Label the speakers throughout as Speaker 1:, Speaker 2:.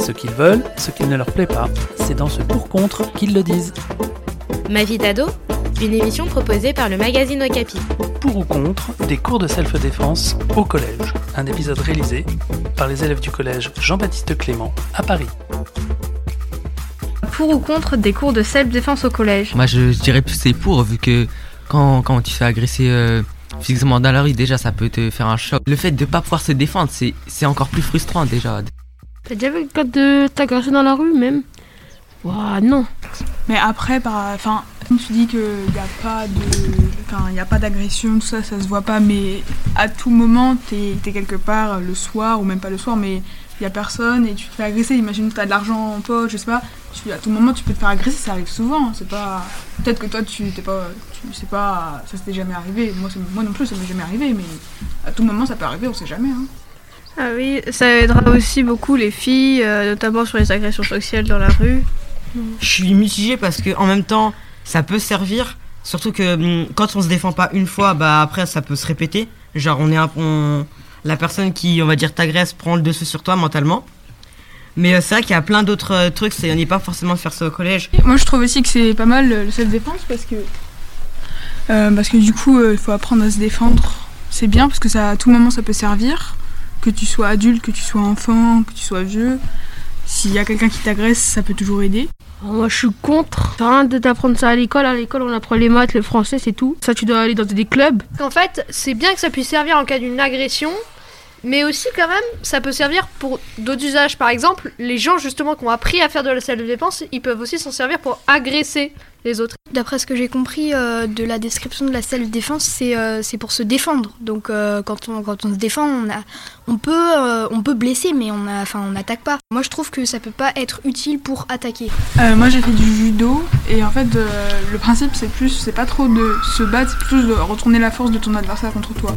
Speaker 1: Ce qu'ils veulent, ce qui ne leur plaît pas, c'est dans ce pour-contre qu'ils le disent.
Speaker 2: Ma vie d'ado, une émission proposée par le magazine Okapi.
Speaker 1: Pour ou contre des cours de self-défense au collège. Un épisode réalisé par les élèves du collège Jean-Baptiste Clément à Paris.
Speaker 3: Pour ou contre des cours de self-défense au collège
Speaker 4: Moi, je, je dirais que c'est pour, vu que quand, quand tu te fais agresser euh, physiquement dans la rue, déjà, ça peut te faire un choc. Le fait de ne pas pouvoir se défendre, c'est c'est encore plus frustrant, déjà.
Speaker 5: T'as déjà vu quelqu'un de t'agresser dans la rue, même Ouah, non.
Speaker 6: Mais après, par- enfin, quand tu dis qu'il n'y a pas de, enfin, il y a pas d'agression, tout ça, ça se voit pas, mais à tout moment, t'es es quelque part le soir ou même pas le soir, mais il y a personne et tu te fais agresser. Imagine que t'as de l'argent en poche, je sais pas. Tu, à tout moment, tu peux te faire agresser, ça arrive souvent. hein. C'est pas, peut-être que toi, tu t'es pas, tu sais pas, ça s'était jamais arrivé. Moi, c'est- moi non plus, ça m'est jamais arrivé, mais à tout moment, ça peut arriver, on sait jamais. hein.
Speaker 3: Ah oui, ça aidera aussi beaucoup les filles, euh, notamment sur les agressions sexuelles dans la rue.
Speaker 7: Je suis mitigé parce que en même temps, ça peut servir. Surtout que hum, quand on se défend pas une fois, bah après ça peut se répéter. Genre on est un, on- la personne qui on va dire t'agresse prend le dessus sur toi mentalement. Mais euh, c'est vrai qu'il y a plein d'autres euh, trucs. C'est on n'est pas forcément de faire ça au collège.
Speaker 6: Moi, je trouve aussi que c'est pas mal euh, le self-défense parce que. euh, parce que du coup, euh, il faut apprendre à se défendre. C'est bien parce que ça, à tout moment, ça peut servir. Que tu sois adulte, que tu sois enfant, que tu sois vieux. S'il y a quelqu'un qui t'agresse, ça peut toujours aider.
Speaker 5: Oh, Moi, je suis contre. T'as rien de t'apprendre ça à l'école. À l'école, on apprend les maths, le français, c'est tout. Ça, tu dois aller dans des clubs.
Speaker 8: En fait, c'est bien que ça puisse servir en cas d'une agression, mais aussi quand même, ça peut servir pour d'autres usages. Par exemple, les gens justement qui ont appris à faire de la salle de dépense, ils peuvent aussi s'en servir pour agresser les autres.
Speaker 9: D'après ce que j'ai compris euh, de la description de la self-défense, c'est euh, c'est pour se défendre. Donc euh, quand, on, quand on se défend, on, a, on, peut, euh, on peut blesser, mais on a- enfin, on n'attaque pas. Moi, je trouve que ça peut pas être utile pour attaquer.
Speaker 6: Euh, moi, j'ai fait du judo et en fait, euh, le principe, c'est plus, c'est pas trop de se battre, c'est plus de retourner la force de ton adversaire contre toi.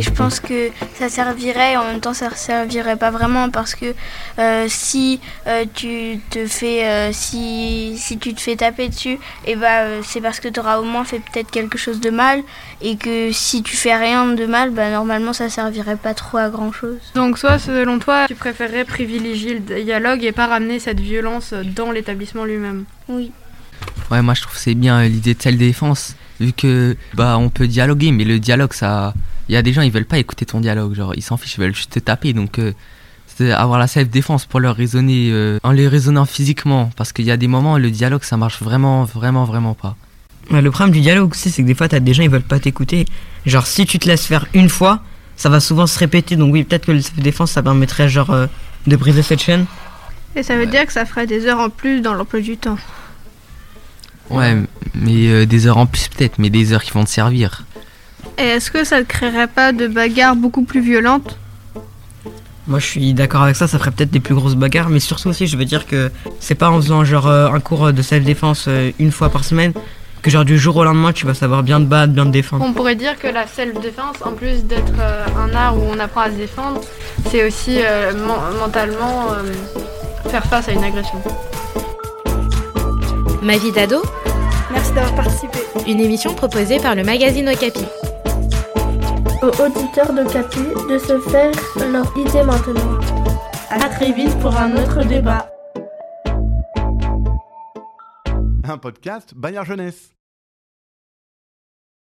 Speaker 10: Je pense que ça servirait et en même temps ça servirait pas vraiment parce que euh, si euh, tu te fais euh, si, si tu te fais taper dessus et bah euh, c'est parce que tu auras au moins fait peut-être quelque chose de mal et que si tu fais rien de mal bah normalement ça servirait pas trop à grand chose.
Speaker 3: Donc soit selon toi, tu préférerais privilégier le dialogue et pas ramener cette violence dans l'établissement lui-même.
Speaker 10: Oui.
Speaker 4: Ouais, moi, je trouve que c'est bien euh, l'idée de self-défense, vu que, bah, on peut dialoguer, mais le dialogue, ça. Il y a des gens, ils veulent pas écouter ton dialogue, genre, ils s'en fichent, ils veulent juste te taper, donc. euh, c'est avoir la self-défense pour leur raisonner euh, en les raisonnant physiquement parce qu'il y a des moments le dialogue ça marche vraiment vraiment vraiment pas
Speaker 7: Ouais, Le problème du dialogue aussi, c'est que des fois, t'as des gens, ils veulent pas t'écouter. Genre, si tu te laisses faire une fois, ça va souvent se répéter. Donc oui, peut-être que le self-défense, ça permettrait genre euh, de briser cette chaîne.
Speaker 3: Et ça veut dire que ça ferait des heures en plus dans l'emploi du temps.
Speaker 4: ouais mais euh, des heures en plus peut-être mais des heures qui vont te servir
Speaker 3: Et est-ce que ça ne créerait pas de bagarres beaucoup plus violentes
Speaker 7: Moi, je suis d'accord avec ça. Ça ferait peut-être des plus grosses bagarres, mais surtout aussi, je veux dire que c'est pas en faisant genre euh, un cours de self-défense euh, une fois par semaine que genre du jour au lendemain, tu vas savoir bien te battre, bien te défendre.
Speaker 11: On pourrait dire que la self-défense, en plus d'être euh, un art où on apprend à se défendre, c'est aussi euh, men- mentalement euh, faire face à une agression.
Speaker 2: Ma vie d'ado,
Speaker 12: Merci d'avoir participé.
Speaker 2: une émission proposée par le magazine Okapi.
Speaker 13: aux auditeurs de Capu de se faire leur idée maintenant.
Speaker 12: À très vite pour un autre débat.
Speaker 14: Un podcast Bayard Jeunesse.